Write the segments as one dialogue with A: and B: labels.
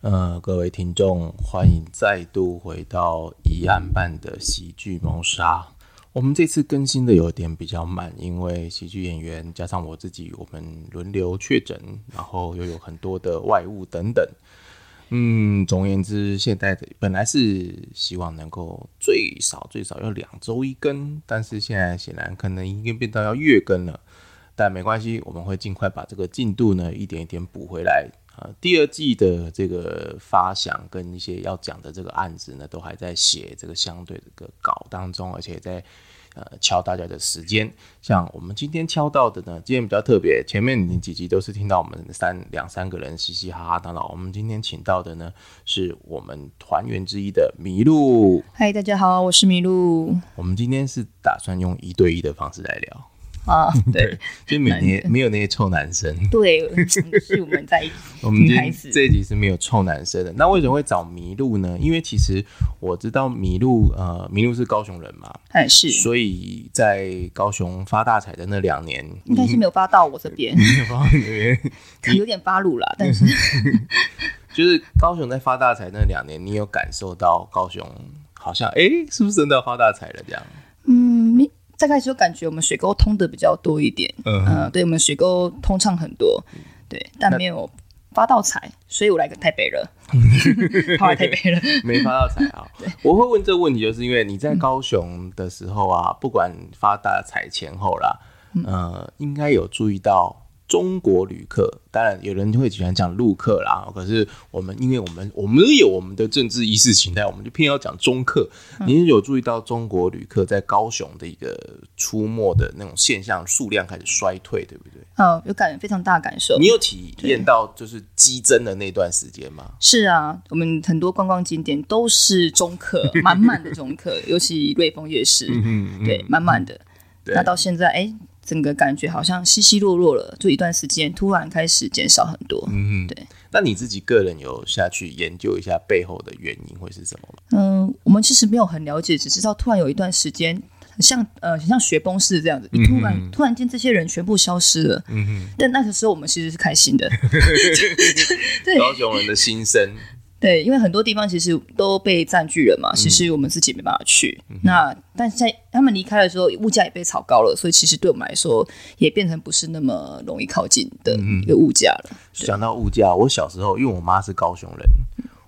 A: 呃，各位听众，欢迎再度回到疑案办的喜剧谋杀。我们这次更新的有点比较慢，因为喜剧演员加上我自己，我们轮流确诊，然后又有很多的外务等等。嗯，总而言之，现在的本来是希望能够最少最少要两周一更，但是现在显然可能已经变到要月更了。但没关系，我们会尽快把这个进度呢一点一点补回来。啊，第二季的这个发想跟一些要讲的这个案子呢，都还在写这个相对这个稿当中，而且在呃敲大家的时间。像我们今天敲到的呢，今天比较特别，前面你几集都是听到我们三两三个人嘻嘻哈哈打闹，我们今天请到的呢，是我们团员之一的麋鹿。
B: 嗨，大家好，我是麋鹿
A: 我们今天是打算用一对一的方式来聊，
B: 啊，对
A: 就每年没有那些臭男生。
B: 对，是我们在一起
A: 我们今
B: 开
A: 天
B: 始
A: 这一集是没有臭男生的。那为什么会找麋鹿呢？因为其实我知道麋鹿，呃，麋鹿是高雄人嘛，
B: 哎是，
A: 所以在高雄发大财的那两年，
B: 应该是没有发到我这边，
A: 没有发那边，
B: 可能有点发怒啦，但
A: 嗯
B: 是
A: 就是高雄在发大财那两年，你有感受到高雄好像哎、诶是不是真的要发大财了这样？
B: 嗯，大概就感觉我们水沟通的比较多一点，
A: 嗯
B: 呃，对我们水沟通畅很多，对，但没有发到财，所以我来个台 北了，跑来台北了，
A: 没发到财 啊！我会问这个问题，就是因为你在高雄的时候啊，不管发大财前后啦，呃，应该有注意到中国旅客。当然，有人会喜欢讲陆客啦，可是我们因为我们我们也有我们的政治意识形态，我们就偏要讲中客。你有注意到中国旅客在高雄的一个出没的那种现象，数量开始衰退，对不对？
B: 呃，有感非常大感受
A: 你。有体验到就是激增的那段时间吗？
B: 是啊，我们很多观光景点都是 中客，满满的中客，尤其瑞丰夜市，
A: 嗯，
B: 对，满满的。
A: 对
B: 那到现在，哎，整个感觉好像稀稀落落了，就一段时间突然开始减少很多。
A: 嗯，
B: 对。
A: 那你自己个人有下去研究一下背后的原因会是什么吗？
B: 嗯，我们其实没有很了解，只知道突然有一段时间，很像呃，很像雪崩式这样子，突
A: 嗯
B: 然、突然间这些人全部消失了。嗯但那个时候我们其实是开 心的，对
A: 高雄人的心声，
B: 对，因为很多地方其实都被占据了嘛，
A: 嗯
B: 其实我们自己没办法去。那但现在他们离开的时候，物价也被炒高了，所以其实对我们来说也变成不是那么容易靠近的
A: 嗯
B: 一个物价了。
A: 讲到物价，我小时候因为我妈是高雄人，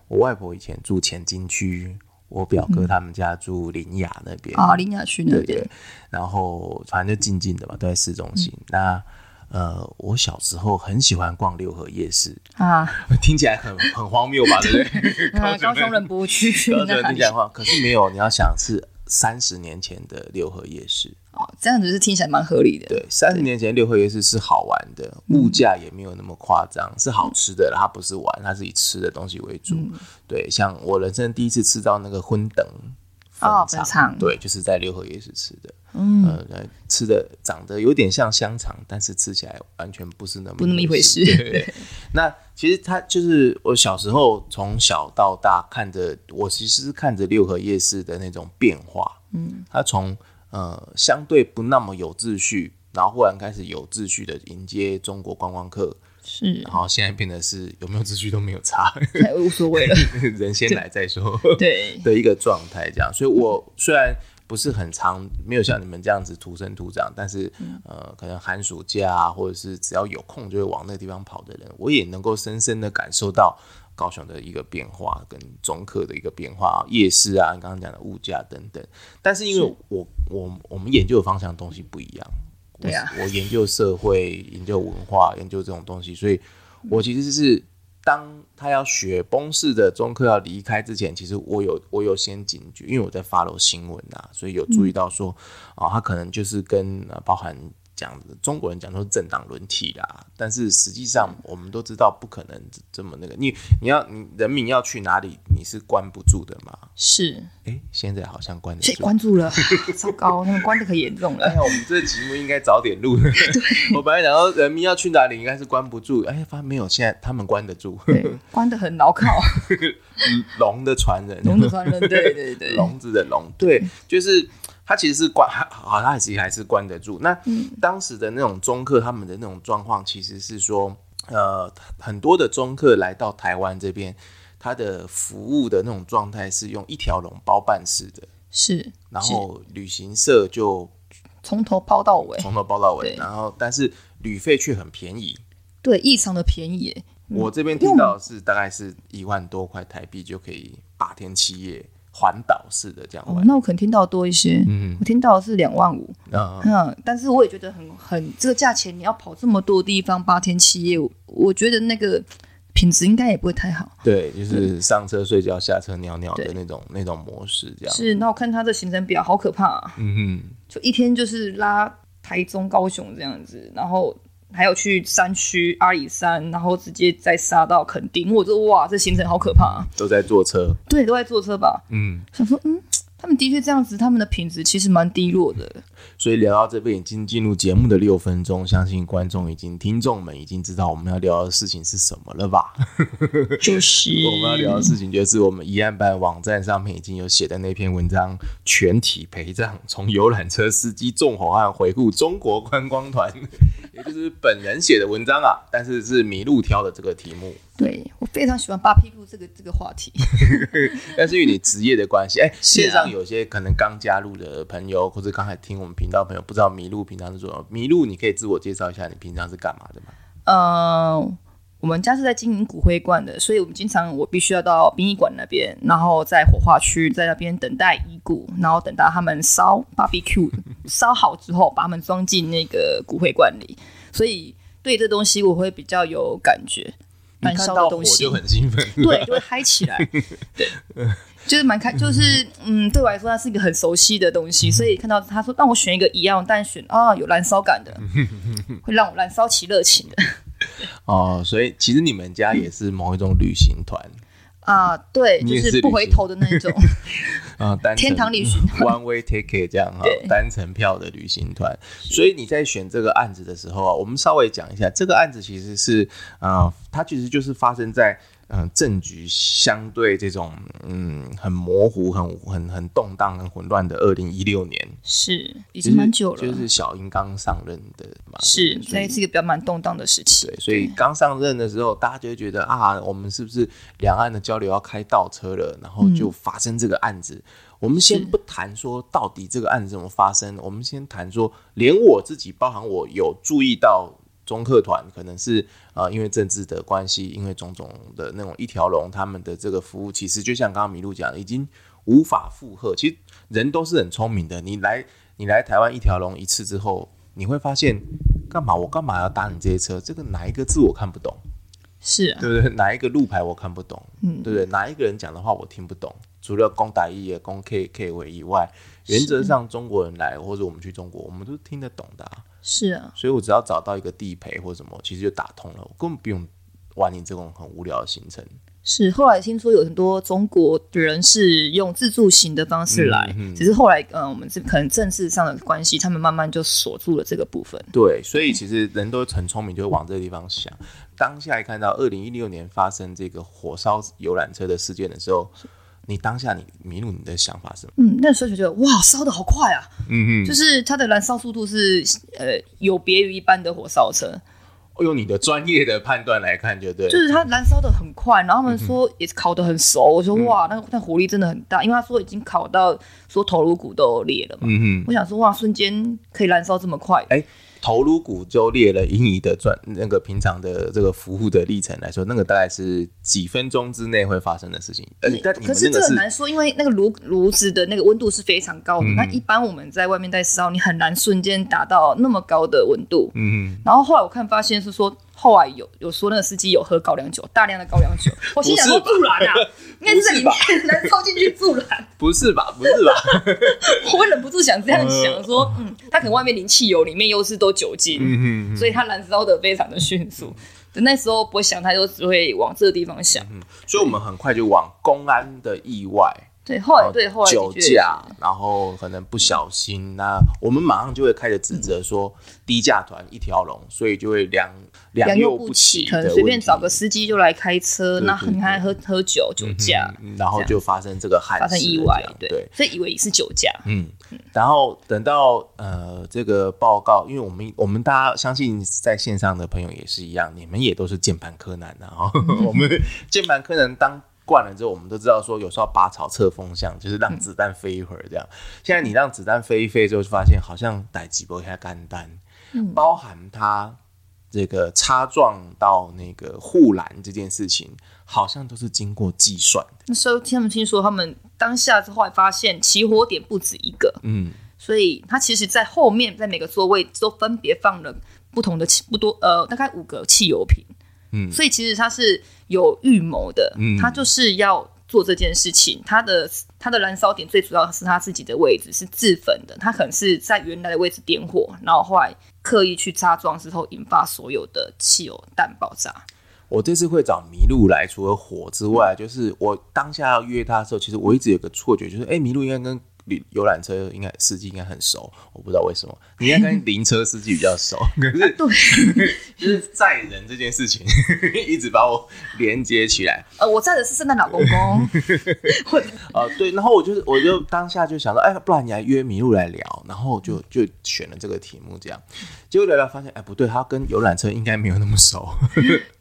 A: 我外婆以前住前金区，我表哥他们家住林雅那边，
B: 啊，林雅区那
A: 对
B: 边
A: 对，然后反正就静静的嘛，都在市中心。那呃，我小时候很喜欢逛六合夜市，
B: 啊，
A: 听起来很很荒谬吧，对不 对？
B: 啊高雄人不去
A: 嗯高雄人
B: 那
A: 听
B: 里
A: 起来荒，可是没有，你要想是三十年前的六合夜市。
B: 哦，这样子是听起来蛮合理的。嗯
A: 对，三十年前六合夜市是好玩的，物价也没有那么夸张，是好吃的啦，它不是玩，它是以吃的东西为主。
B: 嗯
A: 对，像我人生第一次吃到那个荤等。
B: 哦粉肠
A: 对，就是在六合夜市吃的，嗯，呃，吃的长得有点像香肠，但是吃起来完全不是那么
B: 不那么一回事
A: 对对 对那其实它就是我小时候从小到大看着，我其实是看着六合夜市的那种变化，嗯，它从呃相对不那么有秩序，然后忽然开始有秩序的迎接中国观光客，
B: 是
A: 然，后现在变得是有没有秩序都没有差，
B: 太无所谓了。
A: 人先来再说，
B: 对，
A: 的一个状态，这样。所以我虽然不是很长，没有像你们这样子土生土长，但是呃，可能寒暑假啊，或者是只要有空就会往那个地方跑的人，我也能够深深的感受到高雄的一个变化，跟中客的一个变化，夜市啊，你刚刚讲的物价等等。但是因为我我我们研究的方向的东西不一样，我
B: 对啊
A: 我研究社会、研究文化、研究这种东西，所以我其实是当他要雪崩式的中科要离开之前，其实我有我有先警觉，因为我在 follow 新闻啊，所以有注意到说
B: 嗯
A: 啊、他可能就是跟、呃、包含。讲的中国人讲说政党轮替啦，但是实际上我们都知道不可能这么那个，你你要你人民要去哪里，你是关不住的嘛？
B: 是，
A: 诶，现在好像关得
B: 谁
A: 住。
B: 关注了？糟糕，他们关的可严重
A: 哎
B: 了。
A: 呀，我们这个节目应该早点录。 我本来想说人民要去哪里，应该是关不住。哎，发现没有，现在他们关得住。
B: 对，关的很牢靠，
A: 龙的传人，
B: 龙的传人，对对对，
A: 笼子的笼，对，就是它其实是关，好，它其实还是关得住。那、
B: 嗯
A: 当时的那种中客他们的那种状况，其实是说，呃，很多的中客来到台湾这边，它的服务的那种状态是用一条龙包办式的，
B: 是，
A: 然后旅行社就
B: 从头包到尾，
A: 从头包到尾，
B: 对
A: 然后但是旅费却很便宜。
B: 对，异常的便宜耶，
A: 我这边听到的是大概是一万多块台币就可以八天七夜环岛式的这样
B: 哦
A: 玩，，
B: 那我可能听到多一些，
A: 嗯
B: 我听到的是两万五，
A: 嗯，
B: 嗯，但是我也觉得很很这个价钱，你要跑这么多地方，八天七夜，我我觉得那个品质应该也不会太好。
A: 对，就是上车睡觉，下车尿尿的
B: 对
A: 那种那种模式这样，
B: 是，那我看他的行程表好可怕、啊，
A: 嗯哼，
B: 就一天就是拉台中、高雄这样子，然后还有去山区阿里山，然后直接再杀到垦丁，我就哇，这行程好可怕、啊。
A: 都在坐车，
B: 对，都在坐车吧，
A: 嗯，
B: 想说嗯。他们的确这样子，他们的品质其实蛮低 落的。
A: 所以聊到这边已经进入节目的六分钟，相信观众已经、听众们已经知道我们要聊的事情是什么了吧？
B: 就是
A: 我们要聊的事情就是我们一案办网站上面已经有写的那篇文章《全体陪葬：从游览车司机纵火案回顾中国观光团》， 也就是本人写的文章啊，但是是麋鹿挑的这个题目。
B: 对我非常喜欢扒屁股这个这个话题。
A: 但是因为你职业的关系，哎、
B: 是啊
A: 线上有些可能刚加入的朋友，或者刚才听我们频道朋友，不知道麋鹿平常是做什么。麋鹿，你可以自我介绍一下你平常是干嘛的吗？
B: 呃，我们家是在经营骨灰罐的，所以我们经常我必须要到殡仪馆那边，然后在火化区在那边等待遗骨，然后等到他们烧 barbecue 烧好之后，把他们装进那个骨灰罐里。所以对这东西我会比较有感觉，
A: 你
B: 燃
A: 看
B: 烧
A: 到
B: 的
A: 火
B: 东西
A: 就很兴奋，
B: 对，就会嗨起 来，对，就是蛮开，就是嗯，对我来说它是一个很熟悉的东西，
A: 嗯
B: 所以看到他说让我选一个一样，但选啊、有燃烧 感的，会让我燃烧起热情的。
A: 哦，所以其实你们家也是某一种旅行团
B: 啊，对，
A: 你
B: 就
A: 也是
B: 是不回头的那一 种，
A: 啊、单程
B: 天堂旅行
A: one way ticket 这样哈
B: 对，
A: 单程票的旅行团。所以你在选这个案子的时候啊，我们稍微讲一下，这个案子其实是呃，它其实就是发生在。嗯、政局相对这种嗯很模糊、很很很动荡、很混乱的二零一六年，
B: 是已
A: 已
B: 经蛮久了，
A: 就是小英刚上任的嘛，
B: 是
A: 对不对所
B: 那
A: 以
B: 是一个比较蛮动荡的时期
A: 对，，所以刚上任的时候，大家就会觉得啊，我们是不是两岸的交流要开倒车了？然后就发生这个案子。我们先不谈说到底这个案子怎么发生，我们先谈说，连我自己，包含我有注意到中客团可能是呃，因为政治的关系，因为种种的那种一条龙，他们的这个服务其实就像刚刚麋鹿讲，的，已经无法负荷。其实人都是很聪明的，你来你来台湾一条龙一次之后，你会发现干嘛我干嘛要搭你这些车？这个哪一个字我看不懂，
B: 是啊，嗯
A: 对不对？哪一个路牌我看不懂，对不对？哪一个人讲的话我听不懂。除了公打一也公 K K 为以外，原则上中国人来或者我们去中国，我们都听得懂的、啊。
B: 是啊，
A: 所以我只要找到一个地陪或什么，其实就打通了，我根本不用玩你这种很无聊的行程。
B: 是。后来听说有很多中国人是用自助行的方
A: 嗯
B: 式来，只是后来呃，我们这可能政治上的关系，他们慢慢就锁住了这个部分。
A: 对，所以其实人都很聪明，就会往这个地方想。当下一看到二零一六年发生这个火烧游览车的事件的时候，你当下你迷路，你的想法是什么？
B: 嗯，那时候就觉得哇，烧的好快啊，
A: 嗯嗯，
B: 就是它的燃烧速度是呃有别于一般的火烧车，
A: 用你的专业的判断来看，就对嗯了，
B: 就是它燃烧的很快，然后他们说也烤得很熟，我
A: 嗯
B: 说哇，那那火力真的很大，因为他说已经烤到说头颅骨都裂了嘛，
A: 嗯哼。
B: 我想说哇，瞬间可以燃烧这么快，
A: 哎，头颅骨就列了，以你的专那个平常的这个服务的历程来说，那个大概是几分钟之内会发生的事情。而哎且，但你
B: 可
A: 们
B: 是
A: 那
B: 这
A: 个
B: 个很
A: 是
B: 难说，因为那个炉炉子的那个温度是非常
A: 嗯
B: 高的，那一般我们在外面在烧，你很难瞬间达到那么高的温度。
A: 嗯哼，
B: 然后后来我看发现是说，后来有有说那个司机有喝高粱酒，大量的高粱酒，我心想 说
A: 不
B: 助燃啊，应该是在里面 燃烧进去助燃。
A: 不是吧？不是吧？
B: 我会忍不住想这样想，说，嗯，它可能外面淋汽油，里面又是都酒精，
A: 呃嗯哼。
B: 所以它燃烧的非常的迅速。那时候不会想太多，只会往这个地方
A: 嗯
B: 想。
A: 所以我们很快就往公安的意外。
B: 对，后来哦对后
A: 哦
B: 来
A: 酒
B: 的确
A: 驾，然后可能不小心，那我们马上就会开始指责说低价团一条龙，所以就会良良
B: 良
A: 莠
B: 莠
A: 不
B: 不
A: 齐的
B: 齐，可
A: 问题，
B: 能随便找个司机就来开车，
A: 对
B: 那
A: 对
B: 你还喝喝酒酒驾，
A: 嗯然后就发生这个憾事
B: 发生意外
A: 这样，对
B: 对，所以以为是酒驾，
A: 嗯，然后等到呃这个报告，因为我们我们大家相信在线 上的朋友也是一样，你们也都是键盘柯南的、啊、哦。我们键盘柯南当惯了之后，我们都知道说有时候拔草测风向，就是让子弹飞一会儿这样。现在你让子弹飞一飞之后，就发现好像逮几波下干单，包含它这个擦撞到那个护栏这件事情，好像都是经过计算的。
B: 那时候听他们听说，他们当下之后还发现起火点不止一个，
A: 嗯，
B: 所以它其实在后面在每个座位都分别放了不同的汽不多呃大概五个汽油瓶，
A: 嗯
B: 所以其实它是有预谋的，
A: 嗯
B: 它就是要做这件事情，它的它的燃烧点最主要是它自己的位置是自焚的，它可能是在原来的位置点火，然后后来刻意去擦撞之后引发所有的汽油弹爆炸，
A: 我这次会找麋鹿来，除了火之
B: 嗯
A: 外，就是我当下要约他的时候，其实我一直有个错觉，就是哎，麋、鹿应该跟旅游览车应该司机应该很熟，我不知道为什么，你应该跟灵车司机比较 熟，可是
B: 啊对。
A: 就是载人这件事情 一直把我连接起来。
B: 呃，我在的是圣诞老公公， 我
A: 呃，对，然后我就是，我就当下就想到，哎，不然你来约麋鹿来聊，然后
B: 嗯
A: 就就选了这个题目，这样，结果聊聊发现，哎，不对，他跟游览车应该没有那么熟，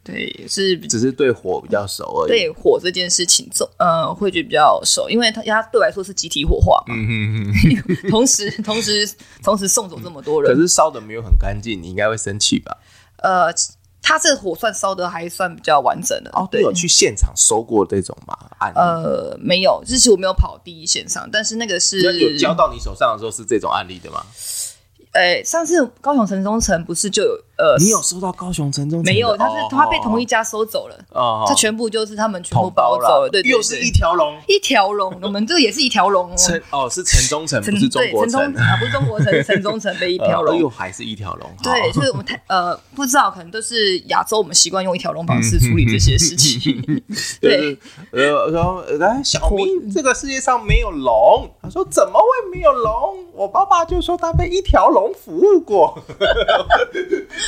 B: 对是比
A: 只是对火比较熟而已。
B: 对火这件事情，总呃会觉得比较熟，因为它它对我来说是集体火化嘛，
A: 嗯，嗯嗯
B: 同时同时同时送走这么多
A: 可
B: 人，
A: 是烧的没有很干净，你应该会生气吧？
B: 呃，它这个火算烧的还算比较完整的
A: 哦，对，
B: 对
A: 有。去现场搜过这种嘛案？
B: 呃，没有，就是我没有跑第一现场，但是那个是
A: 那有交到你手上的时候是这种案例的吗？
B: 呃，上次高雄城中城不是就有呃，
A: 你有收到高雄城中城的
B: 没有？他是他被同一
A: 哦
B: 家收走了，
A: 哦，
B: 他全部就是他们全部
A: 同胞
B: 包走了，
A: 了，
B: 对，对
A: 又是
B: 对
A: 一条龙。
B: 一条龙，我们这个也是一条龙哦，
A: 城哦，是城中城，不
B: 城
A: 是中
B: 对
A: 国
B: 城
A: 城哎
B: 中。啊，不是中 国城，城中城被一
A: 一
B: 条龙
A: 又还是一条龙。好
B: 对，就是我们太呃不知道，可能都是亚洲，我们习惯用一条龙方式处理这些事情。
A: 就是呃，然后来小明，这个世界上没有龙。他说怎么会没有龙？我爸爸就说他被一条龙服务过。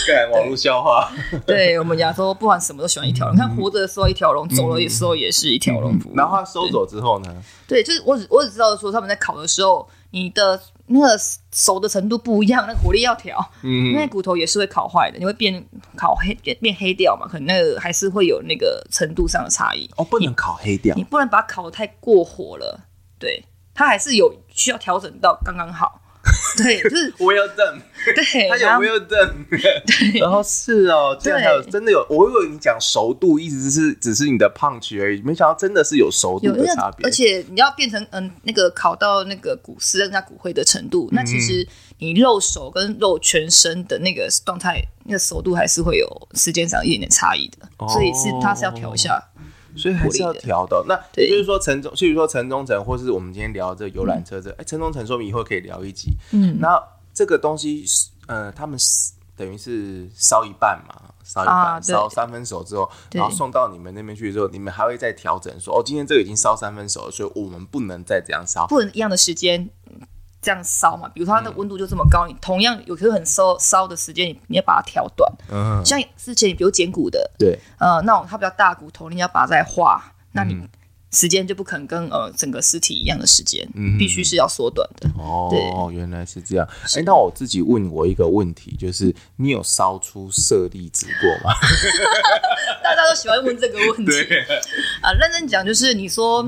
A: 干网络笑话。
B: 对我们亚洲，不管什么都喜欢一条龙。你看活着的时候一条龙，走了的时候也是一条龙服务。
A: 然后他收走之后呢？
B: 对，就是我只我只知道说他们在烤的时候，你的那个熟的程度不一样，那个火力要调，因为
A: 嗯，
B: 骨头也是会烤坏的，你会变烤黑变变黑掉嘛，可能那个还是会有那个程度上的差异。
A: 哦，不能烤黑掉
B: 你不能把它烤得太过火了，对，它还是有需要调整到刚刚好。 对，就是
A: Well done，
B: 对，
A: 他有
B: 然后
A: Well done。然后是哦，这样还有
B: 对
A: 真的有，我以为你讲熟度一直是只是你的 punch 而已，没想到真的是有熟度
B: 有
A: 的
B: 那
A: 差
B: 个，
A: 别
B: 而。且你要变成嗯那个烤到那个骨丝跟它骨灰的程度，
A: 嗯
B: 那其实你肉手跟肉全身的那个状态，那个熟度还是会有时间上一点点差异的，
A: 哦
B: 所以是它是要调一下。
A: 所以还是要调的。那
B: 对
A: 就是说城中，譬如说城中城，或是我们今天聊这游览车这，哎、城中城说明以后可以聊一集。
B: 嗯，
A: 那这个东西是，呃，他们是等于是烧一半嘛，烧一
B: 啊
A: 半，
B: 对
A: 烧、三分熟之后，
B: 对
A: 然后送到你们那边去之后，你们还会再调整说，哦，今天这个已经烧三分熟了，所以我们不能再这样烧。
B: 不能一样的时间这样烧嘛，比如说它的温度就这么高，你同样有些很烧烧的时间，你你要把它调短。
A: 嗯，
B: 像之前你比如剪骨的，
A: 对，
B: 呃，那种它比较大的骨头，你要把它再化，那
A: 嗯
B: 你时间就不可能跟呃整个尸体一样的时间，
A: 嗯
B: 必须是要缩短的。
A: 哦，
B: 对
A: 原来是这样。哎、那我自己问我一个问题，就是你有烧出舍利子过吗？
B: 大家都喜欢问这个问题
A: 对，
B: 啊，认真讲就是你说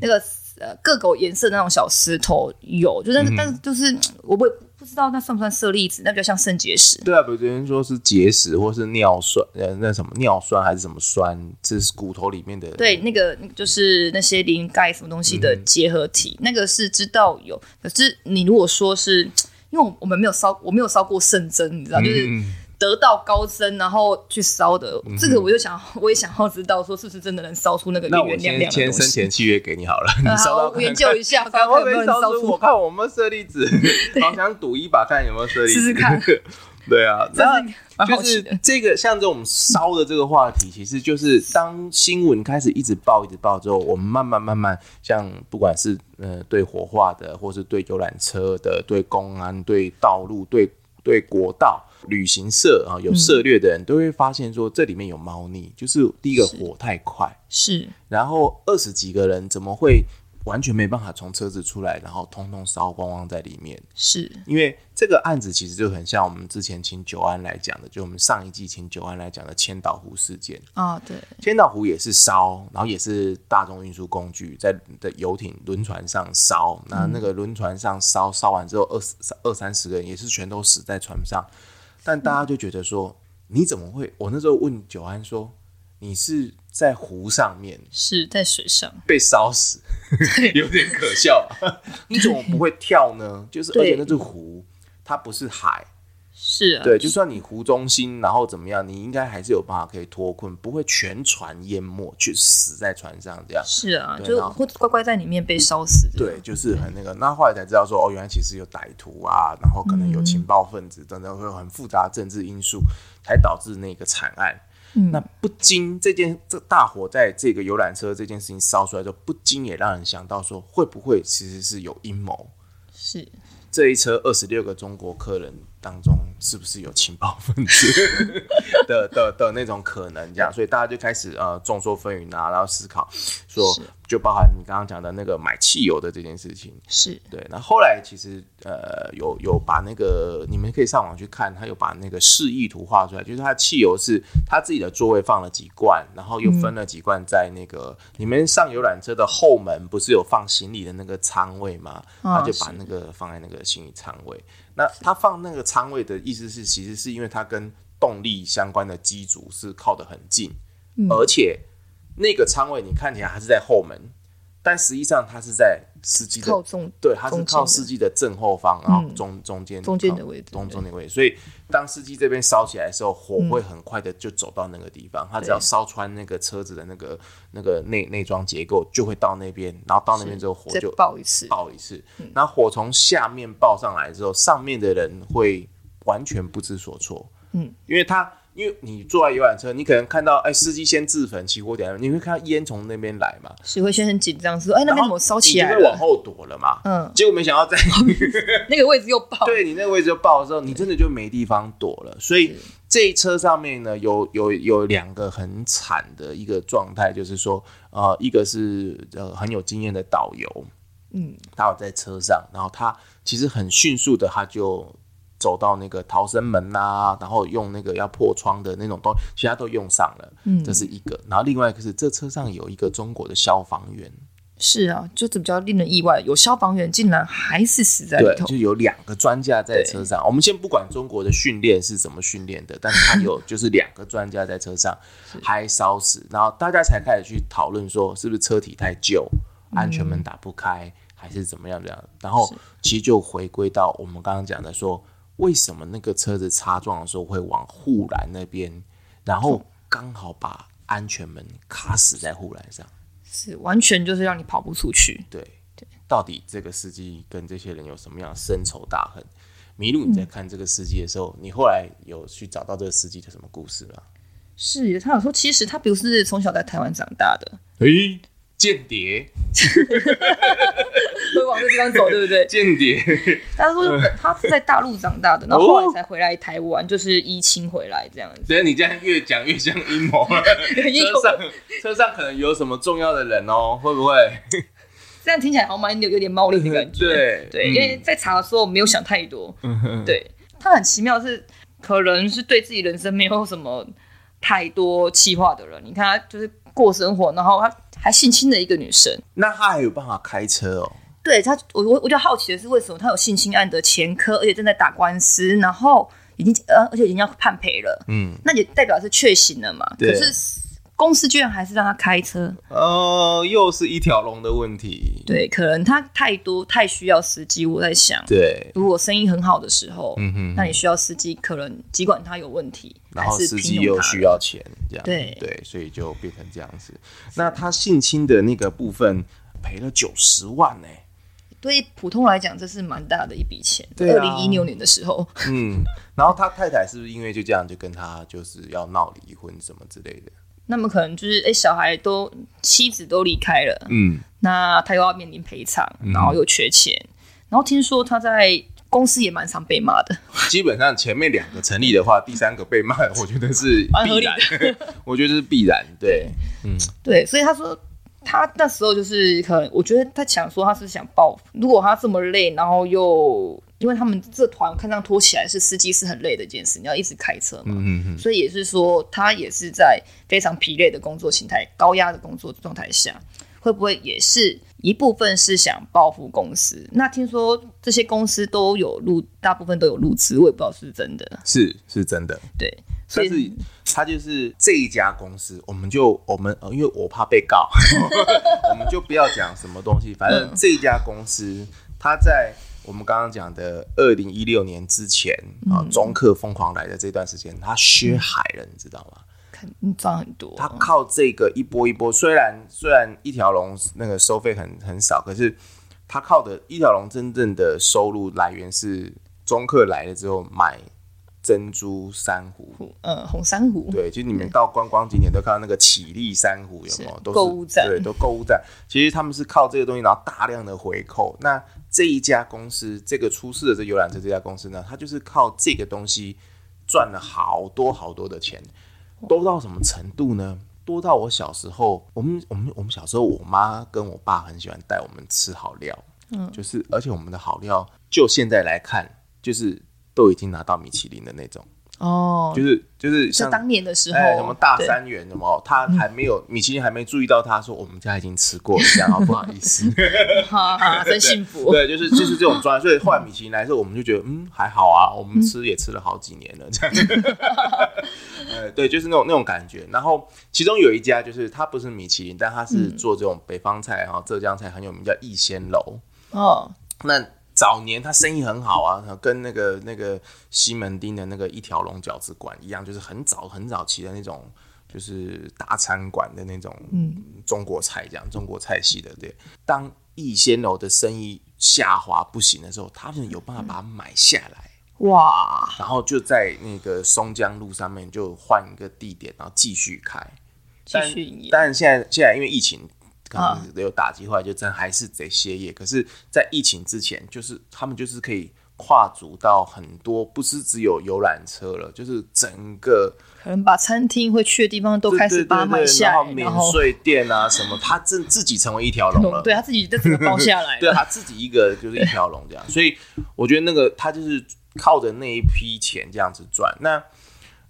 B: 那个呃各狗颜色那种小石头有，就但
A: 嗯
B: 是、但是就是我不不知道那算不算舍利子，那比较像肾结石。
A: 对啊，有些人说是结石或是尿酸，呃，那什么尿酸还是什么酸，这是骨头里面的。
B: 对，，那个就是那些磷钙什么东西的结合
A: 嗯
B: 体，那个是知道有。可是你如果说是，因为我我们没有烧，我没有烧过圣针，你知道，就是
A: 嗯
B: 得道高僧然后去烧的，这个我就想，我也想要知道，说是不是真的能烧出那个
A: 那
B: 圆
A: 我
B: 圆
A: 先
B: 亮亮的
A: 签
B: 东
A: 生
B: 西。
A: 前契约给你好了，你
B: 呃
A: 烧
B: 好，
A: 到
B: 我
A: 看
B: 研究一下，看
A: 会
B: 看有
A: 不
B: 没有
A: 会
B: 人
A: 烧
B: 烧
A: 出？我
B: 出。
A: 看我们舍利子，好想赌一把，看有没有舍利子，
B: 试试看。
A: 对啊，
B: 这
A: 那
B: 是蛮好
A: 就是
B: 奇的。
A: 这个像这种烧的这个话题，其实就是当新闻开始一直报一直报之后，我们慢慢慢慢，像不管是呃对火化的，或是对游览车的，对公安、对道路、对对国道。旅行社啊，有
B: 嗯
A: 涉猎的人都会发现说，这里面有猫腻，就是第一个火太快，
B: 是
A: 然后二十几个人怎么会完全没办法从车子出来，然后通通烧光光在里面。
B: 是
A: 因为这个案子其实就很像我们之前请久安来讲的，就我们上一季请久安来讲的千岛湖事件。
B: 啊，对，
A: 千岛湖也是烧，然后也是大众运输工具在的游艇、轮船上烧。那那个轮船上烧，烧完之后二十二三十个人也是全都死在船上。但大家就觉得说，你怎么会？我那时候问久安说，你是在湖上面
B: 是在水上，
A: 被烧死， 有点可笑。你怎么不会跳呢？就是而且
B: 对
A: 那是湖，它不是海。
B: 是啊，
A: 对，就算你湖中心，然后怎么样，你应该还是有办法可以脱困，不会全船淹没，去死在船上这样。
B: 是啊，
A: 对
B: 就
A: 然后
B: 会乖乖在里面被烧死的。
A: 对，就是很那个。那后来才知道说，哦，原来其实有歹徒啊，然后可能有情报分子等等，会有很复杂的政治因素，才导致那个惨案。那不禁这件这大火在这个游览车这件事情烧出来之后，不禁也让人想到说，会不会其实是有阴谋？
B: 是
A: 这一车二十六个中国客人当中，是不是有情报分子 的的的那种可能？这样，所以大家就开始呃众说纷纭啊，然后思考说，就包含你刚刚讲的那个买汽油的这件事情。
B: 是
A: 对，那后来其实呃有有把那个你们可以上网去看，他有把那个示意图画出来，就是他汽油是他自己的座位放了几罐，然后又分了几罐在那个、你们上游览车的后门不是有放行李的那个仓位吗？
B: 哦
A: 他就把那个放在那个行李仓位。那他放那个仓位的意思是，其实是因为它跟动力相关的机组是靠得很近，而且那个仓位你看起来它是在后门，但实际上它是在司机的
B: 靠中
A: 对，它是
B: 中
A: 靠
B: 间的嗯
A: 司机的正后方，然后中中间
B: 中间的
A: 靠
B: 位置
A: 中
B: 对嗯
A: 中间的位置。所以当司机这边烧起来的时候，火会很快的就走到那个地方，他只要烧穿那个车子的那个那个内内装结构，就会到那边，然后到那边之后火
B: 再
A: 就
B: 爆一嗯次，
A: 爆一次。那火从下面爆上来之后，上面的人会完全不知所措。
B: 嗯，
A: 因为他因为你坐在游览车，你可能看到哎司机先自焚起火点，你会看到烟从那边来嘛，
B: 是会先很紧张，说哎那
A: 然
B: 边
A: 后
B: 怎么烧起来
A: 你就会往
B: 了？
A: 后躲了嘛。
B: 嗯
A: 结果没想到在
B: 那个位置又爆，
A: 对你那个位置就爆的时候，你真的就没地方躲了。所以这一车上面呢，有有有两个很惨的一个状态，就是说，呃，一个是呃很有经验的导游，
B: 嗯，
A: 他有在车上，然后他其实很迅速的，他就走到那个逃生门呐、然后用那个要破窗的那种东西，其实他都用上了，嗯，这是一个。然后另外一个是，这车上有一个中国的消防员，
B: 是啊，就这比较令人意外，有消防员竟然还是死在里
A: 对，
B: 头，
A: 就有两个专家在车上。我们先不管中国的训练是怎么训练的，但是他 有就是两个专家在车上还烧死，然后大家才开始去讨论说是不是车体太旧，安全
B: 嗯
A: 门打不开，还是怎么样这样。然后其实就回归到我们刚刚讲的说，为什么那个车子擦撞的时候会往护栏那边，然后刚好把安全门卡死在护栏上。
B: 是完全就是让你跑不出去。
A: 对，到底这个司机跟这些人有什么样的深仇大恨？麋鹿，你在看这个司机的时候，你后来有去找到这个司机的什么故事吗？
B: 是他有说，其实他不是从小在台湾长大的，
A: 诶、间谍，
B: 会往这地方走，对不对？
A: 间谍，
B: 他说他是在大陆长 大的，然后后来才回来台湾， 就是疫情回来这样子。
A: 等下你这样越讲越像阴 谋了。车上车上可能有什么重要的人哦，会不会？
B: 这样听起来好像蛮有有点猫腻的感觉。
A: 对
B: 对，嗯
A: 嗯
B: 因为在查的时候没有想太多。对，他很奇妙是，可能是对自己人生没有什么太多计划的人。你看他就是过生活，然后他还性侵了一个女生。
A: 那他还有办法开车哦？
B: 对他，我我我就好奇的是，为什么他有性侵案的前科，而且正在打官司，然后已经呃，而且已经要判赔了，
A: 嗯，
B: 那也代表是确刑了嘛？
A: 对
B: 可是公司居然还是让他开车，
A: 哦，又是一条龙的问题。
B: 对，可能他太多太需要司机，我在想。
A: 对，
B: 如果生意很好的时候，
A: 嗯哼
B: 那你需要司机，可能尽管他有问题，
A: 然后
B: 还是
A: 司
B: 聘
A: 机
B: 用
A: 又
B: 他
A: 需要钱，这样
B: 对
A: 对，所以就变成这样子。那他性侵的那个部分赔了九十万呢、
B: 对普通来讲，这是蛮大的一笔钱。
A: 对
B: 二
A: 啊
B: 零一六年的时候，
A: 嗯，然后他太太是不是因为就这样就跟他就是要闹离婚什么之类的？
B: 那么可能就是哎、诶小孩都妻子都离开了，
A: 嗯，
B: 那他又要面临赔偿，然后又缺钱，然后听说他在公司也蛮常被骂的，
A: 基本上前面两个成立的话，第三个被骂，我觉得是
B: 蛮合
A: 必
B: 理
A: 然，我觉得是必然。对，
B: 对，所以他说他那时候就是可能，我觉得他想说他是想报复。如果他这么累，然后又因为他们这团看上拖起来是司机是很累的一件事，你要一直开车嘛，
A: 嗯嗯
B: 所以也是说他也是在非常疲累的工作形态、高压的工作状态下，会不会也是一部分是想报复公司？那听说这些公司都有入，大部分都有入资，我也不知道是不是真的。
A: 是是真的。
B: 对，所
A: 但
B: 以
A: 是他就是这一家公司，我们就我们呃，因为我怕被告， 我们就不要讲什么东西。反
B: 嗯
A: 正这一家公司，它在我们刚刚讲的二零一六年之前啊，
B: 嗯
A: 中客疯狂来的这段时间，它削海了，你知道吗？
B: 看嗯赚很多，
A: 它靠这个一波一波，虽然虽然一条龙那个收费很很少，可是它靠的一条龙真正的收入来源是中客来了之后买珍珠珊瑚
B: 呃红珊瑚，
A: 对，就你们到观光景点都看到那个绮丽珊瑚，有没有？
B: 是
A: 都是
B: 购物站
A: 对，都购物站。其实他们是靠这个东西，然后大量的回扣。那这一家公司，这个出事的这游览车这家公司呢，它就是靠这个东西赚了好多好多的钱，多到什么程度呢？多到我小时候，我们我们我们小时候，我妈跟我爸很喜欢带我们吃好料，嗯，就是而且我们的好料，就现在来看，就是都已经拿到米其林的那种，
B: 哦，
A: 就是就是
B: 在
A: 像
B: 当年的时候，
A: 哎，什么大
B: 对，嗯
A: 三元什么，他还没有米其林还没注意到他，说我们家已经吃过了，这样哦好不好意 思？
B: 哈哈，真啊幸福。
A: 对，就是就是这种状态。所以后来米其林来的时候，我们就觉得嗯还好啊，我们吃也吃了好几年了，这样。 呃，对，就是那种那种感觉。然后其中有一家就是它不是米其林，但它是
B: 嗯
A: 做这种北方菜哈、浙江菜很有名，叫逸仙楼。
B: 哦，
A: 那早年他生意很好啊，跟那个那个西门町的那个一条龙饺子馆一样，就是很早很早期的那种，就是大餐馆的那种，嗯，中国菜这样，中国菜系的。对，当逸仙楼的生意下滑不行的时候，他们有办法把它买下来。
B: 哇，
A: 然后就在那个松江路上面就换一个地点，然后继续开。
B: 继
A: 但
B: 续营业啊
A: 当然，现在现在因为疫情可能有打击，后来就真还是得歇业。可是，在疫情之前，就是他们就是可以跨足到很多，不是只有游览车了，就是整个
B: 可能把餐厅会去的地方都
A: 对
B: 开
A: 对
B: 始把它
A: 对
B: 买
A: 对，
B: 下
A: 然后
B: 来，
A: 免
B: 然后
A: 税店啊什么，他自自己成为一条龙了。
B: 对他自己就整个包下 来
A: 对
B: 了。
A: 他自己一个就是一条龙这样，所以我觉得那个他就是靠着那一批钱这样子赚。那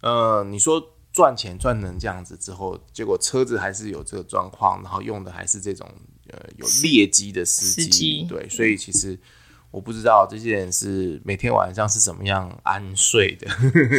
A: 呃，你说赚钱赚成这样子之后，结果车子还是有这个状况，然后用的还是这种呃有劣迹的司机，
B: 司机
A: 对，所以其实。我不知道这些人是每天晚上是怎么样安睡的，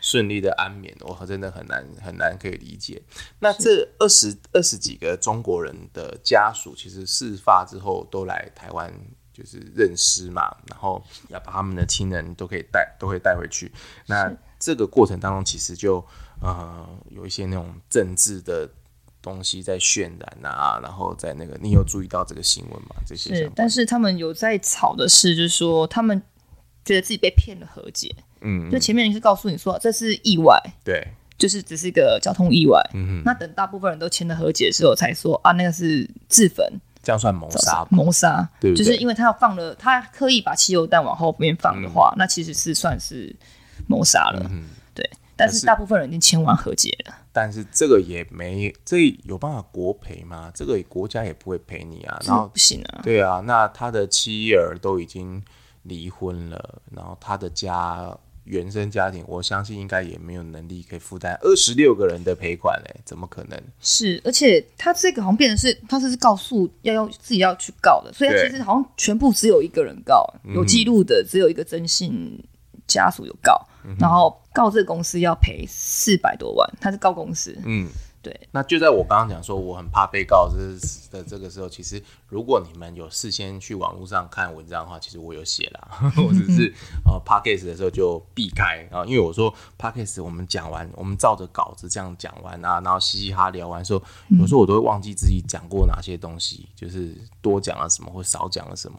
A: 顺利的安眠，我真的很难很难可以理解。那这二十二十几个中国人的家属，其实事发之后都来台湾，就是认尸嘛，然后要把他们的亲人都可以带都会带回去。那这个过程当中，其实就呃有一些那种政治的东西在渲染啊，然后在那个，你有注意到这个新闻吗？这些
B: 是
A: 相，
B: 但
A: 关
B: 是他们有在吵的是，就是说他们觉得自己被骗了和解。
A: 嗯，
B: 就前面是告诉你说这是意外，
A: 对，
B: 就是只是一个交通意外。
A: 嗯，
B: 那等大部分人都签了和解的时候，才说啊，那个是自焚，
A: 这样算谋杀吧？
B: 谋杀，
A: 对不对
B: 就是因为他放了，他刻意把汽油弹往后面放的
A: 嗯
B: 话，那其实是算是谋杀了，对。但
A: 可是
B: 是大部分人已经签完和解了，
A: 但是这个也没，这有办法国赔吗？这个国家也不会赔你啊。然
B: 这
A: 后
B: 不行啊，
A: 对啊，那他的妻儿都已经离婚了，然后他的家原生家庭，我相信应该也没有能力可以负担二十六个人的赔款嘞、怎么可能？
B: 是，而且他这个好像变成是，他这是告诉要要自己要去告的，所以他
A: 对嗯
B: 其实好像全部只有一个人告，有记录的只有一个征信家属有告，
A: 嗯
B: 然后告这个公司要赔四百多万，他是告公司，
A: 嗯，
B: 对。
A: 那就在我刚刚讲说我很怕被告这的这个时候，其实如果你们有事先去网络上看文章的话，其实我有写啦， 我只是呃 p a c k a s e 的时候就避开啊，因为我说 p a c k a s e 我们讲完，我们照着稿子这样讲完啊，然后嘻嘻哈聊完之后，有时候我都会忘记自己讲过哪些东西，就是多讲了什么或少讲了什么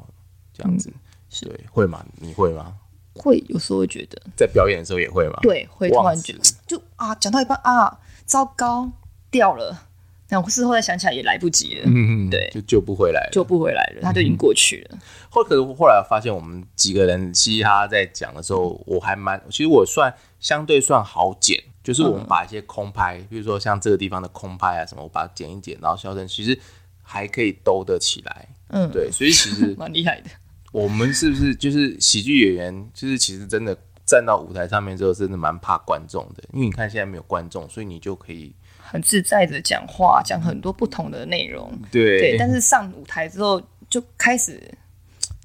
A: 这样子。
B: 嗯
A: 对，会吗？你会吗？
B: 会有时候会觉得，
A: 在表演的时候也会吗？
B: 对，会突
A: 忘
B: 然
A: 词
B: 觉就啊，讲到一半啊，糟糕，掉了。那我事后再想起来也来不及了，
A: 嗯，嗯，嗯
B: 对
A: 就救不回来了，
B: 救不回来了，它就已经过去了。
A: 后可是后来我发现，我们几个人嘻嘻哈哈在讲的时候，我还蛮，其实我算相对算好剪，就是我们把一些空拍，比如说像这个地方的空拍啊什么，我把它剪一剪，然后消声，其实还可以兜得起来。
B: 嗯，
A: 对，所以其实
B: 蛮厉害的。
A: 我们是不是就是喜剧演员？就是其实真的站到舞台上面之后，真的蛮怕观众的，因为你看现在没有观众，所以你就可以
B: 很自在的讲话，讲很多不同的内容。
A: 对
B: 对，但是上舞台之后就开始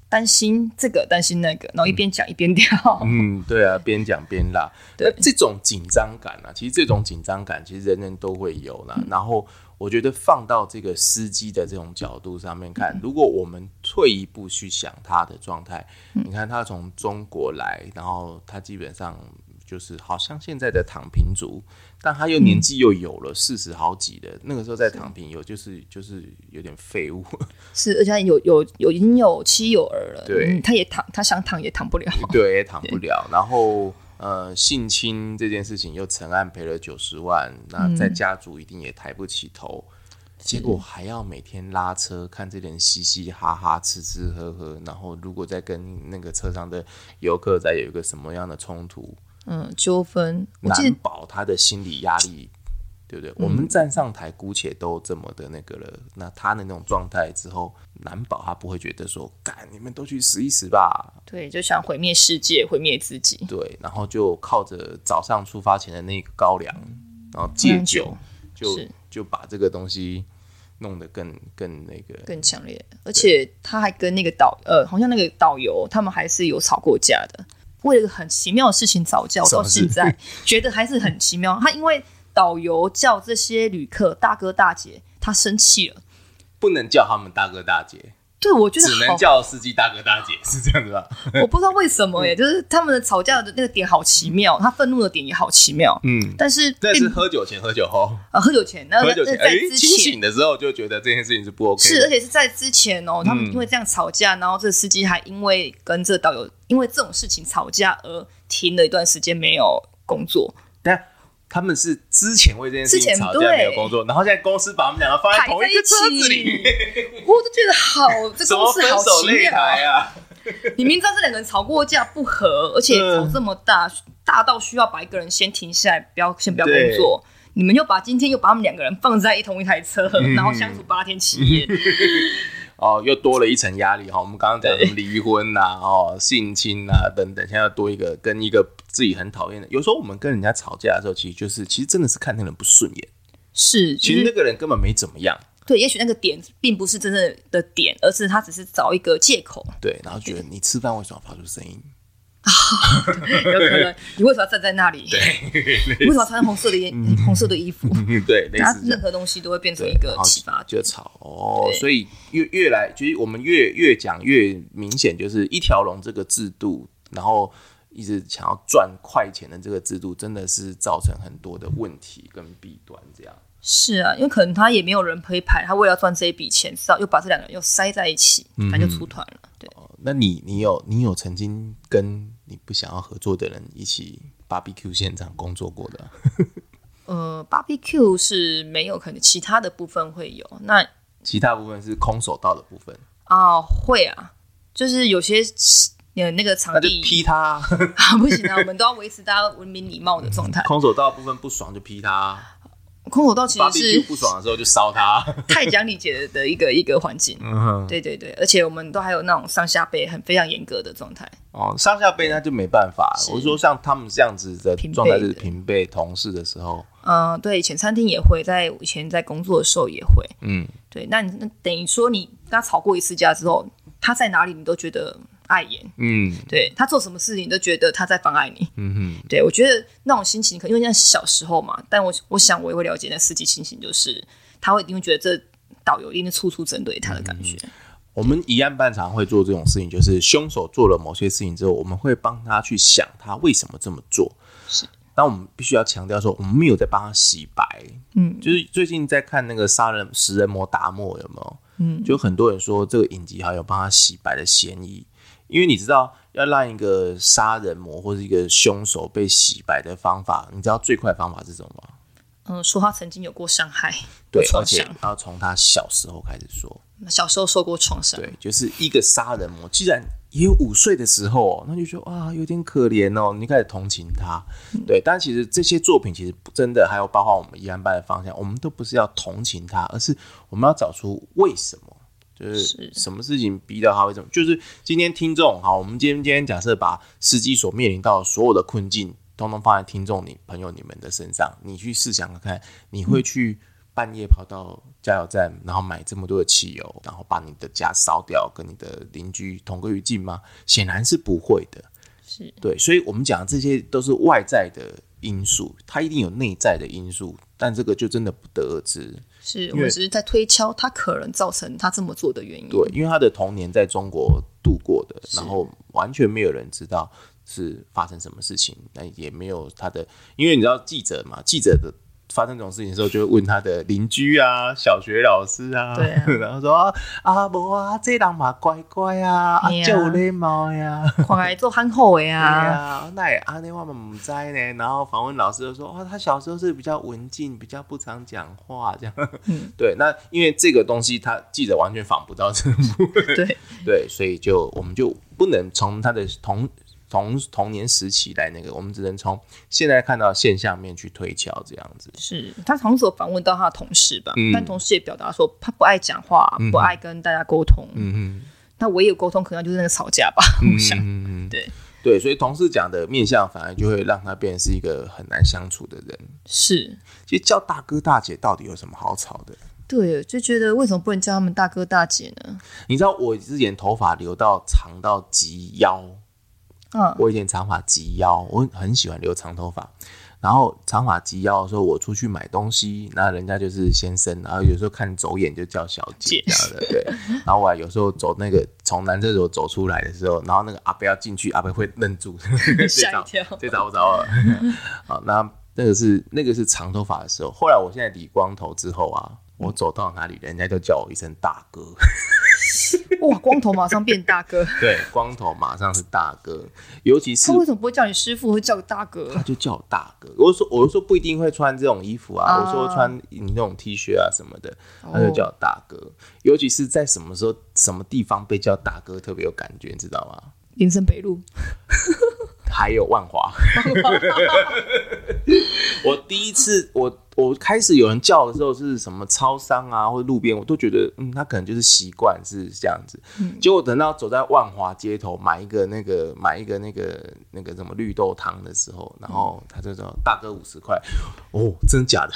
B: 担心这个，担心那个，然后一边讲一边跳。
A: 嗯，对啊，边讲边辣。
B: 对
A: 那这种紧张感啊，其实这种紧张感其实人人都会有啦。然后我觉得放到这个司机的这种角度上面看，如果我们退一步去想他的状态，你看他从中国来，然后他基本上就是好像现在的躺平族，但他又年纪又有了四十好几的，那个时候在躺平有就是就是有点废物，
B: 是，而且他有有有已经有妻有儿了，
A: 对
B: 嗯他也躺，他想躺也躺不了。
A: 对，也躺不了。然后呃，性侵这件事情又成案赔了九十万，那在家族一定也抬不起头。结果还要每天拉车，看这人嘻嘻哈哈、吃吃喝喝，然后如果再跟那个车上的游客再有一个什么样的冲突，
B: 嗯，纠纷，我记
A: 难
B: 得
A: 保他的心理压力，对不对？我们站上台姑且都这么的那个了，那他的那种状态之后，难保他不会觉得说，干你们都去死一死吧，
B: 对，就想毁灭世界，毁灭自己。
A: 对，然后就靠着早上出发前的那个高粱，然后
B: 嗯
A: 戒酒，就是就把这个东西弄得更更那个，
B: 更强烈，而且他还跟那个导呃，好像那个导游他们还是有吵过架的，为了一个很奇妙的事情吵架，我
A: 什么
B: 到
A: 事
B: 现在觉得还是很奇妙。他因为导游叫这些旅客大哥大姐，他生气了。
A: 不能叫他们大哥大姐，
B: 对，我觉得
A: 只能
B: 好，
A: 叫司机大哥大姐，是这样子吧？
B: 我不知道为 什么耶，就是他们的吵架的那个点好奇妙，他愤怒的点也好奇妙，
A: 嗯，
B: 但是
A: 但是
B: 并
A: 喝酒前、喝酒后、
B: 哎呃喝酒前，那
A: 喝
B: 那
A: 酒
B: 那
A: 前，
B: 在
A: 哎，
B: 之
A: 清
B: 前
A: 醒的时候就觉得这件事情是不 OK 嗯
B: 是，而
A: 的。
B: 且是在之前哦，他们因为这样吵架，然后这个司机还因为跟这个导游因为这种事情吵架而停了一段时间没有工作，
A: 但他们是之前为这件事
B: 之
A: 情
B: 前
A: 吵架没有
B: 对
A: 工作，然后现在公司把他们两个放在
B: 排
A: 同
B: 在
A: 一个车
B: 一
A: 子里
B: 起
A: 面，，
B: 我就觉得好，这
A: 什么
B: 公
A: 分
B: 司好
A: 手
B: 奇
A: 擂
B: 妙
A: 台
B: 啊！
A: 啊？
B: 你明知道这两个人吵过架不和，而且
A: 嗯
B: 吵这么大，大到需要把一个人先停下来，不要先不要工作。你们又把今天又把他们两个人放在一同一台车，
A: 嗯
B: 然后相处八天七夜，
A: 哦，又多了一层压力哈。我们刚刚讲什么离婚呐、哦，性侵呐、等等，现在要多一个跟一个自己很讨厌的。有时候我们跟人家吵架的时候，其实就是其实真的是看那个人不顺眼，
B: 是，
A: 其
B: 就
A: 实
B: 是
A: 那个人根本没怎么样，
B: 对，也许那个点并不是真正的点，而是他只是找一个借口，
A: 对，然后觉得你吃饭为什么要发出声音？
B: 有可 能你为什么要站在那里？你为什么要穿红色的衣红色的衣服？
A: 嗯，对，类
B: 然
A: 似
B: 后
A: 这
B: 任
A: 样。
B: 何东西都会变成
A: 对
B: 一个
A: 然后
B: 启发
A: 就。
B: 点
A: 吵哦，
B: 对
A: 所以越越来，就是我们越越讲越明显，就是一条龙这个制度，然后一直想要赚快钱的这个制度，真的是造成很多的问题跟弊端，这样。
B: 是啊，因为可能他也没有人可以排，他为了赚这一笔钱，至少又把这两个人又塞在一起，他就
A: 嗯
B: 出团了。对，
A: 哦那你你有你有曾经跟你不想要合作的人一起 BBQ 现场工作过的啊？
B: 呃，barbecue 是没有，可能其他的部分会有。那
A: 其他部分是空手道的部分，
B: 啊、会啊，就是有些呃那个场
A: 那就
B: 地
A: 劈他啊；
B: 不行啊，我们都要维持大家文明礼貌的状 态。
A: 空手道部分不爽就劈他啊
B: 空手道其实是
A: ，BBQ 不爽的时候就烧他啊。
B: 太讲理解的一个一个环境。
A: 嗯
B: 对对对，而且我们都还有那种上下辈很非常严格的状态。
A: 哦，上下辈那就没办法。我说像他们这样子的
B: 平辈
A: 状态是
B: 的
A: 平辈同事的时候，
B: 嗯、对，以前餐厅也会，在以前在工作的时候也会。
A: 嗯，
B: 对，那你那等于说你跟他吵过一次架之后，他在哪里你都觉得碍眼，
A: 嗯
B: 对他做什么事情你都觉得他在妨碍你。
A: 嗯
B: 对我觉得那种心情，可能因为那是小时候嘛，但我我想我也会了解那司机心情，就是他会因为觉得这导游一定是处处针对他的感觉。
A: 嗯我们一案办常会做这种事情，就是凶手做了某些事情之后，我们会帮他去想他为什么这么做。
B: 是，
A: 但我们必须要强调说，我们没有在帮他洗白。
B: 嗯，
A: 就是最近在看那个杀人食人魔达摩有没有？嗯，就很多人说这个影集好像有帮他洗白的嫌疑，因为你知道要让一个杀人魔或是一个凶手被洗白的方法，你知道最快的方法是什么吗？
B: 嗯、说他曾经有过伤害，
A: 对，而
B: 创
A: 且
B: 伤，
A: 要从他小时候开始说，
B: 小时候受过创伤，
A: 对，就是一个杀人魔，既然也有五岁的时候哦，那就觉得啊有点可怜哦，你开始同情他，对。但其实这些作品其实不真的还有包括我们一安班的方向，我们都不是要同情他，而是我们要找出为什么。就是
B: 是
A: 什么事情逼到他会这么？就是今天听众好，我们今天今天假设把司机所面临到的所有的困境，通通放在听众你朋友你们的身上，你去试想看看，你会去半夜跑到加油站，然后买这么多的汽油，然后把你的家烧掉，跟你的邻居同归于尽吗？显然是不会的。
B: 是
A: 对，所以我们讲这些都是外在的因素，它一定有内在的因素，但这个就真的不得而知。
B: 是，我们只是在推敲他可能造成他这么做的原 因。
A: 对，因为他的童年在中国度过的，然后完全没有人知道是发生什么事情，那也没有他的，因为你知道记者嘛，记者的发生这种事情的时候，就会问他的邻居啊、小学老师啊，
B: 对啊
A: 然后说啊啊，无啊，这人嘛乖乖啊， 啊，
B: 嘿啊啊
A: 就有礼貌 呀。
B: 看来做憨厚的
A: 对
B: 啊，
A: 啊，那也阿内我们唔知呢。然后访问老师就说，哦，他小时候是比较文静，比较不常讲话这样。
B: 嗯
A: 对，那因为这个东西，他记者完全访不到这个
B: 对，
A: 对，所以就我们就不能从他的童童童年时期来那个，我们只能从现在看到现象面去推敲这样子。
B: 是他好像只有访问到他的同事吧，
A: 嗯
B: 但同事也表达说他不爱讲话，不爱跟大家沟通。
A: 嗯
B: 那唯一的沟通可能就是那个吵架吧，我想。
A: 嗯嗯，
B: 对
A: 对，所以同事讲的面相，反而就会让他变成是一个很难相处的人。
B: 是，
A: 其实叫大哥大姐到底有什么好吵的？
B: 对，就觉得为什么不能叫他们大哥大姐呢？
A: 你知道我之前头发留到长到及腰，
B: 嗯，
A: 我以前长发及腰，我很喜欢留长头发。然后长发及腰的时候，我出去买东西，那人家就是先生，然后有时候看走眼就叫小姐
B: 姐
A: 这样的，对。 然后我还有时候走那个从男厕所走出来的时候，然后那个阿伯要进去，阿伯会愣住，
B: 吓一跳
A: 这找不着 了。好，那那个是那个是长头发的时候，后来我现在理光头之后啊，我走到哪里，人家都叫我一声大哥。
B: 哇，光头马上变大哥，
A: 对，光头马上是大哥，尤其是
B: 他为什么不会叫你师傅，会叫个大哥
A: 他？就叫我大哥。我就说，我就说不一定会穿这种衣服啊，
B: 啊
A: 我说穿你那种 T 恤啊什么的，
B: 哦
A: 他就叫我大哥。尤其是在什么时候、什么地方被叫大哥特别有感觉，你知道吗？
B: 林森北路，
A: 还有万 华，我第一次我我开始有人叫的时候是什么超商啊或路边，我都觉得嗯，他可能就是习惯是这样子。结果等到走在万华街头买一个那个买一个那个那个什么绿豆汤的时候，然后他就说大哥五十块，哦，真假的？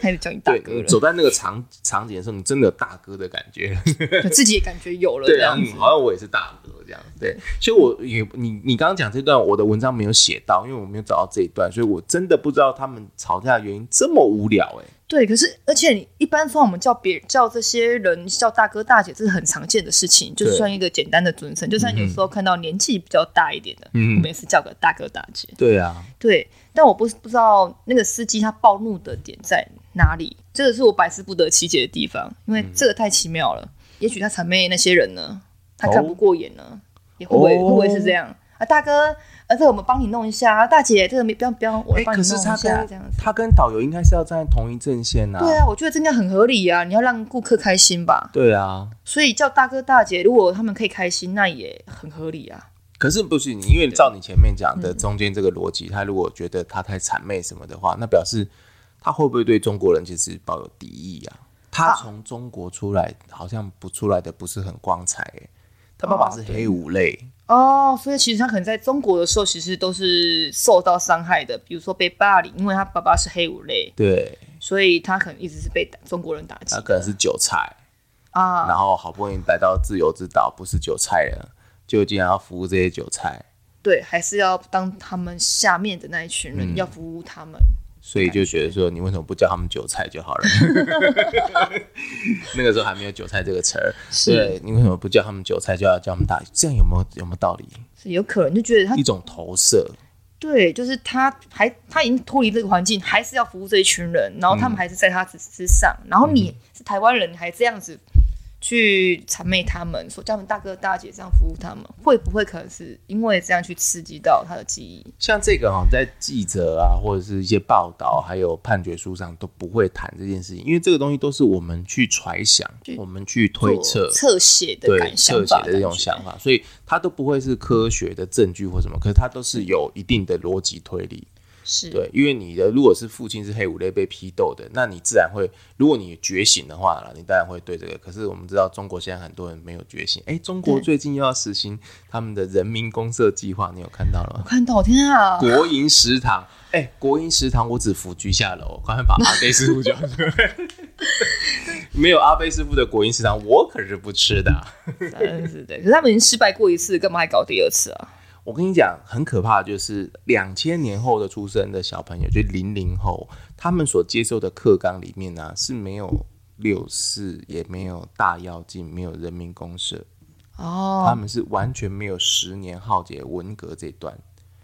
B: 开始叫你大
A: 对，
B: 哥
A: 你
B: 了，
A: 走在那个场场景的时候，你真的有大哥的感觉。
B: 就自己也感觉有了这
A: 对啊，
B: 样
A: 嗯
B: 子。
A: 好像我也是大哥这样。对，所以我也你你刚刚讲这段，我的文章没有写到，因为我没有找到这一段，所以我真的不知道他们吵架的原因这么无聊哎、
B: 对，可是而且你一般说我们叫别叫这些人叫大哥大姐，这是很常见的事情，就
A: 对
B: 算一个简单的尊称，就算有时候看到年纪比较大一点的，
A: 嗯
B: 我们也是叫个大哥大姐。
A: 对啊，
B: 对，但我不不知道那个司机他暴怒的点在哪里，这个是我百思不得其解的地方，因
A: 嗯
B: 为这个太奇妙了。也许他谄媚那些人呢，他看不过眼呢，也会不会、
A: 哦
B: 会不会是这样啊？大哥，啊，这个我们帮你弄一下，啊大姐，这个没不要不要，我
A: 哎、
B: 帮
A: 可
B: 你弄
A: 是
B: 一
A: 他
B: 下，
A: 跟
B: 这样子。
A: 他跟导游应该是要站在同一阵线呐、
B: 对啊，我觉得这应该很合理啊！你要让顾客开心吧，
A: 对啊。
B: 所以叫大哥大姐，如果他们可以开心，那也很合理啊。
A: 可是不是你，因为照你前面讲的中间这个逻辑，他如果觉得他太谄媚什么的话，那表示他会不会对中国人其实抱有敌意啊？他从中国出来，好像不出来的不是很光彩、欸。他爸爸是黑五类，
B: 哦，所以其实他可能在中国的时候，其实都是受到伤害的，比如说被霸凌，因为他爸爸是黑五类，
A: 对
B: 所以他可能一直是被打中国人打击
A: 他可能是韭菜，
B: 啊。
A: 然后好不容易来到自由之岛，不是韭菜了，就竟然要服务这些韭菜，
B: 对，还是要当他们下面的那一群人，要服务他们。
A: 所以就觉得说，你为什么不叫他们韭菜就好了？ 那个时候还没有“韭菜”这个词儿，对，你为什么不叫他们韭菜，就要叫他们大？这样有没有有没有道理？
B: 是有可能就觉得他
A: 一种投射，
B: 对，就是他还他已经脱离这个环境，还是要
A: 嗯
B: 服务这一群人，然后他们还是在他之之上，然后你是台湾人，你还这样子去谄媚他们，说叫他们大哥大姐这样服务他们，会不会可能是因为这样去刺激到他的记忆？
A: 像这个哈，在记者啊，或者是一些报道，还有判决书上都不会谈这件事情，因为这个东西都是我们去揣想
B: 去，
A: 我们去推测
B: 做、侧写的
A: 对
B: 感
A: 侧
B: 想
A: 写
B: 法，
A: 的这种想法，所以它都不会是科学的证据或什么，可是它都是有一定的逻辑推理。
B: 是
A: 对，因为你的如果是父亲是黑五类被批斗的，那你自然会，如果你觉醒的话啦，你当然会对这个。可是我们知道中国现在很多人没有觉醒，哎，中国
B: 对
A: 最近又要实行他们的人民公社计划，你有看到了吗
B: 我？看到，天啊！
A: 国营食堂，哎、国营食堂，我只服居下楼，赶快把阿贝师傅叫出来。 没有阿贝师傅的国营食堂，我可是不吃的啊、
B: 真是的，可是他们已经失败过一次，干嘛还搞第二次啊？
A: 我跟你讲，很可怕，就是两千年后的出生的小朋友，就零零后，他们所接受的课纲里面呢、是没有六四，也没有大跃进，没有人民公社，他
B: 哦，
A: 们是完全没有十年浩劫文革这一段。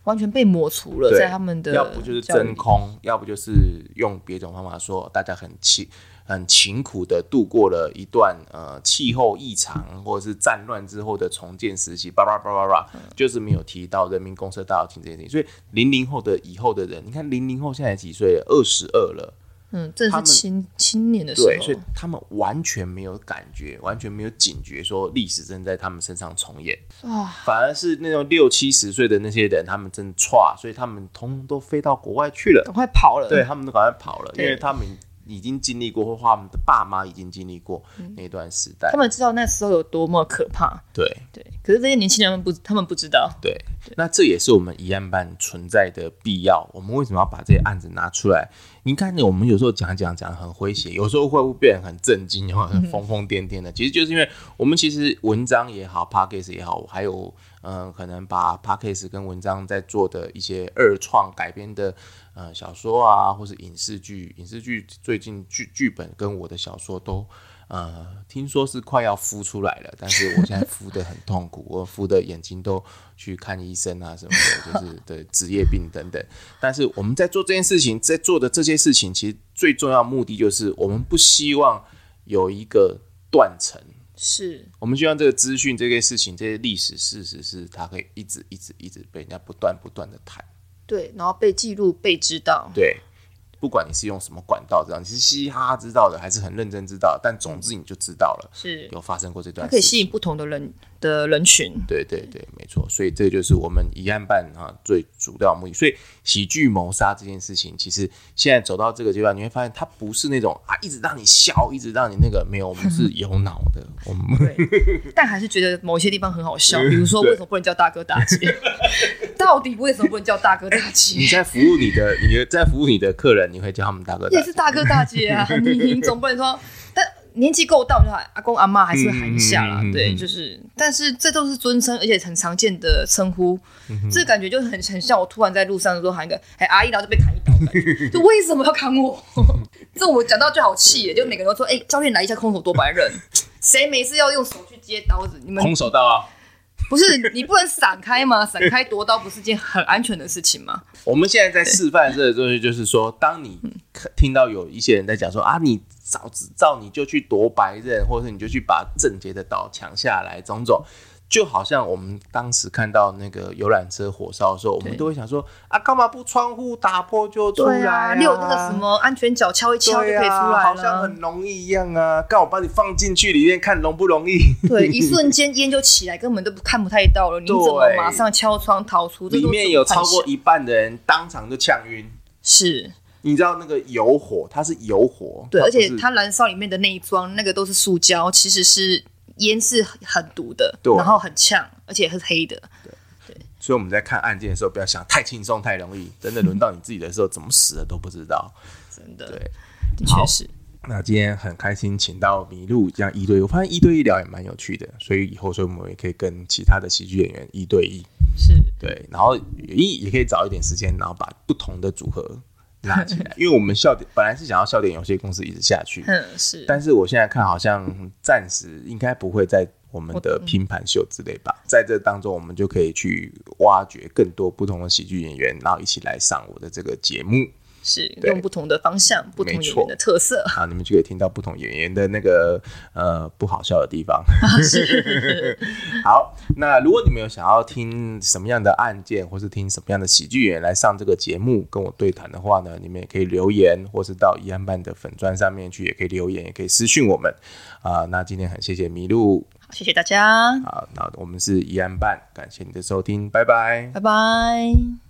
B: 完全被抹除了，
A: 对
B: 在他们的
A: 要不就是
B: 教育
A: 真空，要不就是用别种方法说大家很勤很勤苦的度过了一段呃气候异常或者是战乱之后的重建时期，叭叭叭叭叭，
B: 嗯
A: 就是没有提到人民公社大跃进这件事情。所以零零后的以后的人，你看零零后现在几岁了？二十二了。
B: 嗯，正
A: 他
B: 是
A: 们
B: 青青年的时
A: 对，所
B: 候
A: 以，他们完全没有感觉，完全没有警觉，说历史正在他们身上重演。
B: 啊，
A: 反而是那种六七十岁的那些人，他们真的歘，所以他们通通都飞到国外去了。
B: 赶快跑了。
A: 对，他们都赶快跑了，因
B: 对
A: 为他们已经经历过，或他们的爸妈已经经历过那段时代
B: 嗯他。们知道那时候有多么可怕，
A: 对
B: 对。可是这些年轻人们不，他们不知道，
A: 对，那这也是我们疑案办存在的必要。我们为什么要把这些案子拿出来？你看，我们有时候讲讲讲得很诙谐，有时候会变得很震惊，然后很疯疯癫癫的。其实就是因为我们其实文章也好 p a c k a g e 也好，还有嗯、呃可能把 p a c k a g e 跟文章在做的一些二创改编的呃小说啊，或是影视剧，影视剧最近剧剧本跟我的小说都。呃，听说是快要孵出来了，但是我现在孵的很痛苦，我孵的眼睛都去看医生啊什么的， 就是对职业病等等。但是我们在做这件事情，在做的这些事情，其实最重要的目的就是我们不希望有一个断层，
B: 是
A: 我们希望这个资讯、这个事情、这些历史事实是它可以一直、一直、一直被人家不断、不断的谈。
B: 对，然后被记录，被知道，
A: 对，不管你是用什么管道知道，你是嘻嘻哈哈知道的，还是很认真知道，但总之你就知道了，
B: 是
A: 有发生过这
B: 它
A: 段
B: 可
A: 事
B: 以吸
A: 情。
B: 引不同的人的人群。
A: 对对对，没错，所以这就是我们疑案办啊最主要的目的。所以喜剧谋杀这件事情，其实现在走到这个阶段，你会发现它不是那种啊一直让你笑，一直让你那个没有，我们是有脑的，我们
B: 对，但还是觉得某些地方很好笑，比如说为什么不能叫大哥大姐？到底为什么不能叫大哥大姐
A: 你？在服务你的，你的在服务你的客人，你会叫他们大哥大
B: 也是大哥大姐 啊，你你总不能说，但年纪够大，我们就喊阿公阿妈还是会喊一下啦。
A: 嗯嗯嗯嗯
B: 对，
A: 嗯
B: 就是，但是这都是尊称，而且很常见的称呼，
A: 嗯
B: 这感觉就很很像我突然在路上的时候喊一个“哎阿姨”，然后就被砍一刀的 感觉，就为什么要砍我？ 这我讲到就好气耶，就每个人都说：“哎，教练来一下空手夺白刃。”谁没事要用手去接刀子？ 你们
A: 空手道啊。
B: 不是 你不能闪开吗？闪开夺刀不是件很安全的事情吗？
A: 我们现在在示范这个东西，就是说，当你看听到有一些人在讲说啊，你早知道你就去夺白刃，或者是你就去把郑杰的岛抢下来，种种，就好像我们当时看到那个游览车火烧的时候，我们
B: 对
A: 都会想说啊，干嘛不窗户打破就出来、
B: 对啊，六那个什。么安全角敲一敲就可
A: 对
B: 以出来了，
A: 啊，好像很容易一样啊！刚我把你放进去里面看容不容易？
B: 对，一瞬间烟就起来，根本都不看不太到了。你怎么
A: 对
B: 马上敲窗逃出？这
A: 里
B: 都是
A: 面有
B: 幻
A: 超
B: 想
A: 过一半的人当场就呛晕。
B: 是
A: 你知道那个油火，它是油火，
B: 对，而
A: 啊不
B: 且
A: 是
B: 它燃烧里面的那一桩，那个都是塑胶，其实是烟是很毒的，
A: 对
B: 然后很呛，而且是黑的。
A: 所以我们在看案件的时候，不要想太轻松、太容易。真的轮到你自己的时候，怎么死的都不知道。
B: 真的，
A: 对
B: 的确是。
A: 那今天很开心，请到麋鹿这样一对一，我发现一对一聊也蛮有趣的，所以以后所以我们也可以跟其他的喜剧演员一 E 对一，
B: 是
A: 对，然后一也可以找一点时间，然后把不同的组合拉起来，因为我们笑点本来是想要笑点有些公司一直下 去，
B: 嗯，是，
A: 但是我现在看好像暂时应该不会在我们的拼盘秀之类吧，在这当中我们就可以去挖掘更多不同的喜剧演员，然后一起来上我的这个节目。
B: 是
A: 对
B: 用不同的方向、不同演
A: 错
B: 员的特色，
A: 啊，你们就可以听到不同演员的那个呃不好笑的地方。 好，那如果你们有想要听什么样的案件，或是听什么样的喜剧演员来上这个节目跟我对谈的话呢，你们也可以留言，或是到一案办的粉砖上面去，也可以留言，也可以私讯我们啊、那今天很谢谢麋鹿
B: 好谢谢大家，
A: 啊，那我们是一案办，感谢你的收听，拜拜。
B: 拜拜。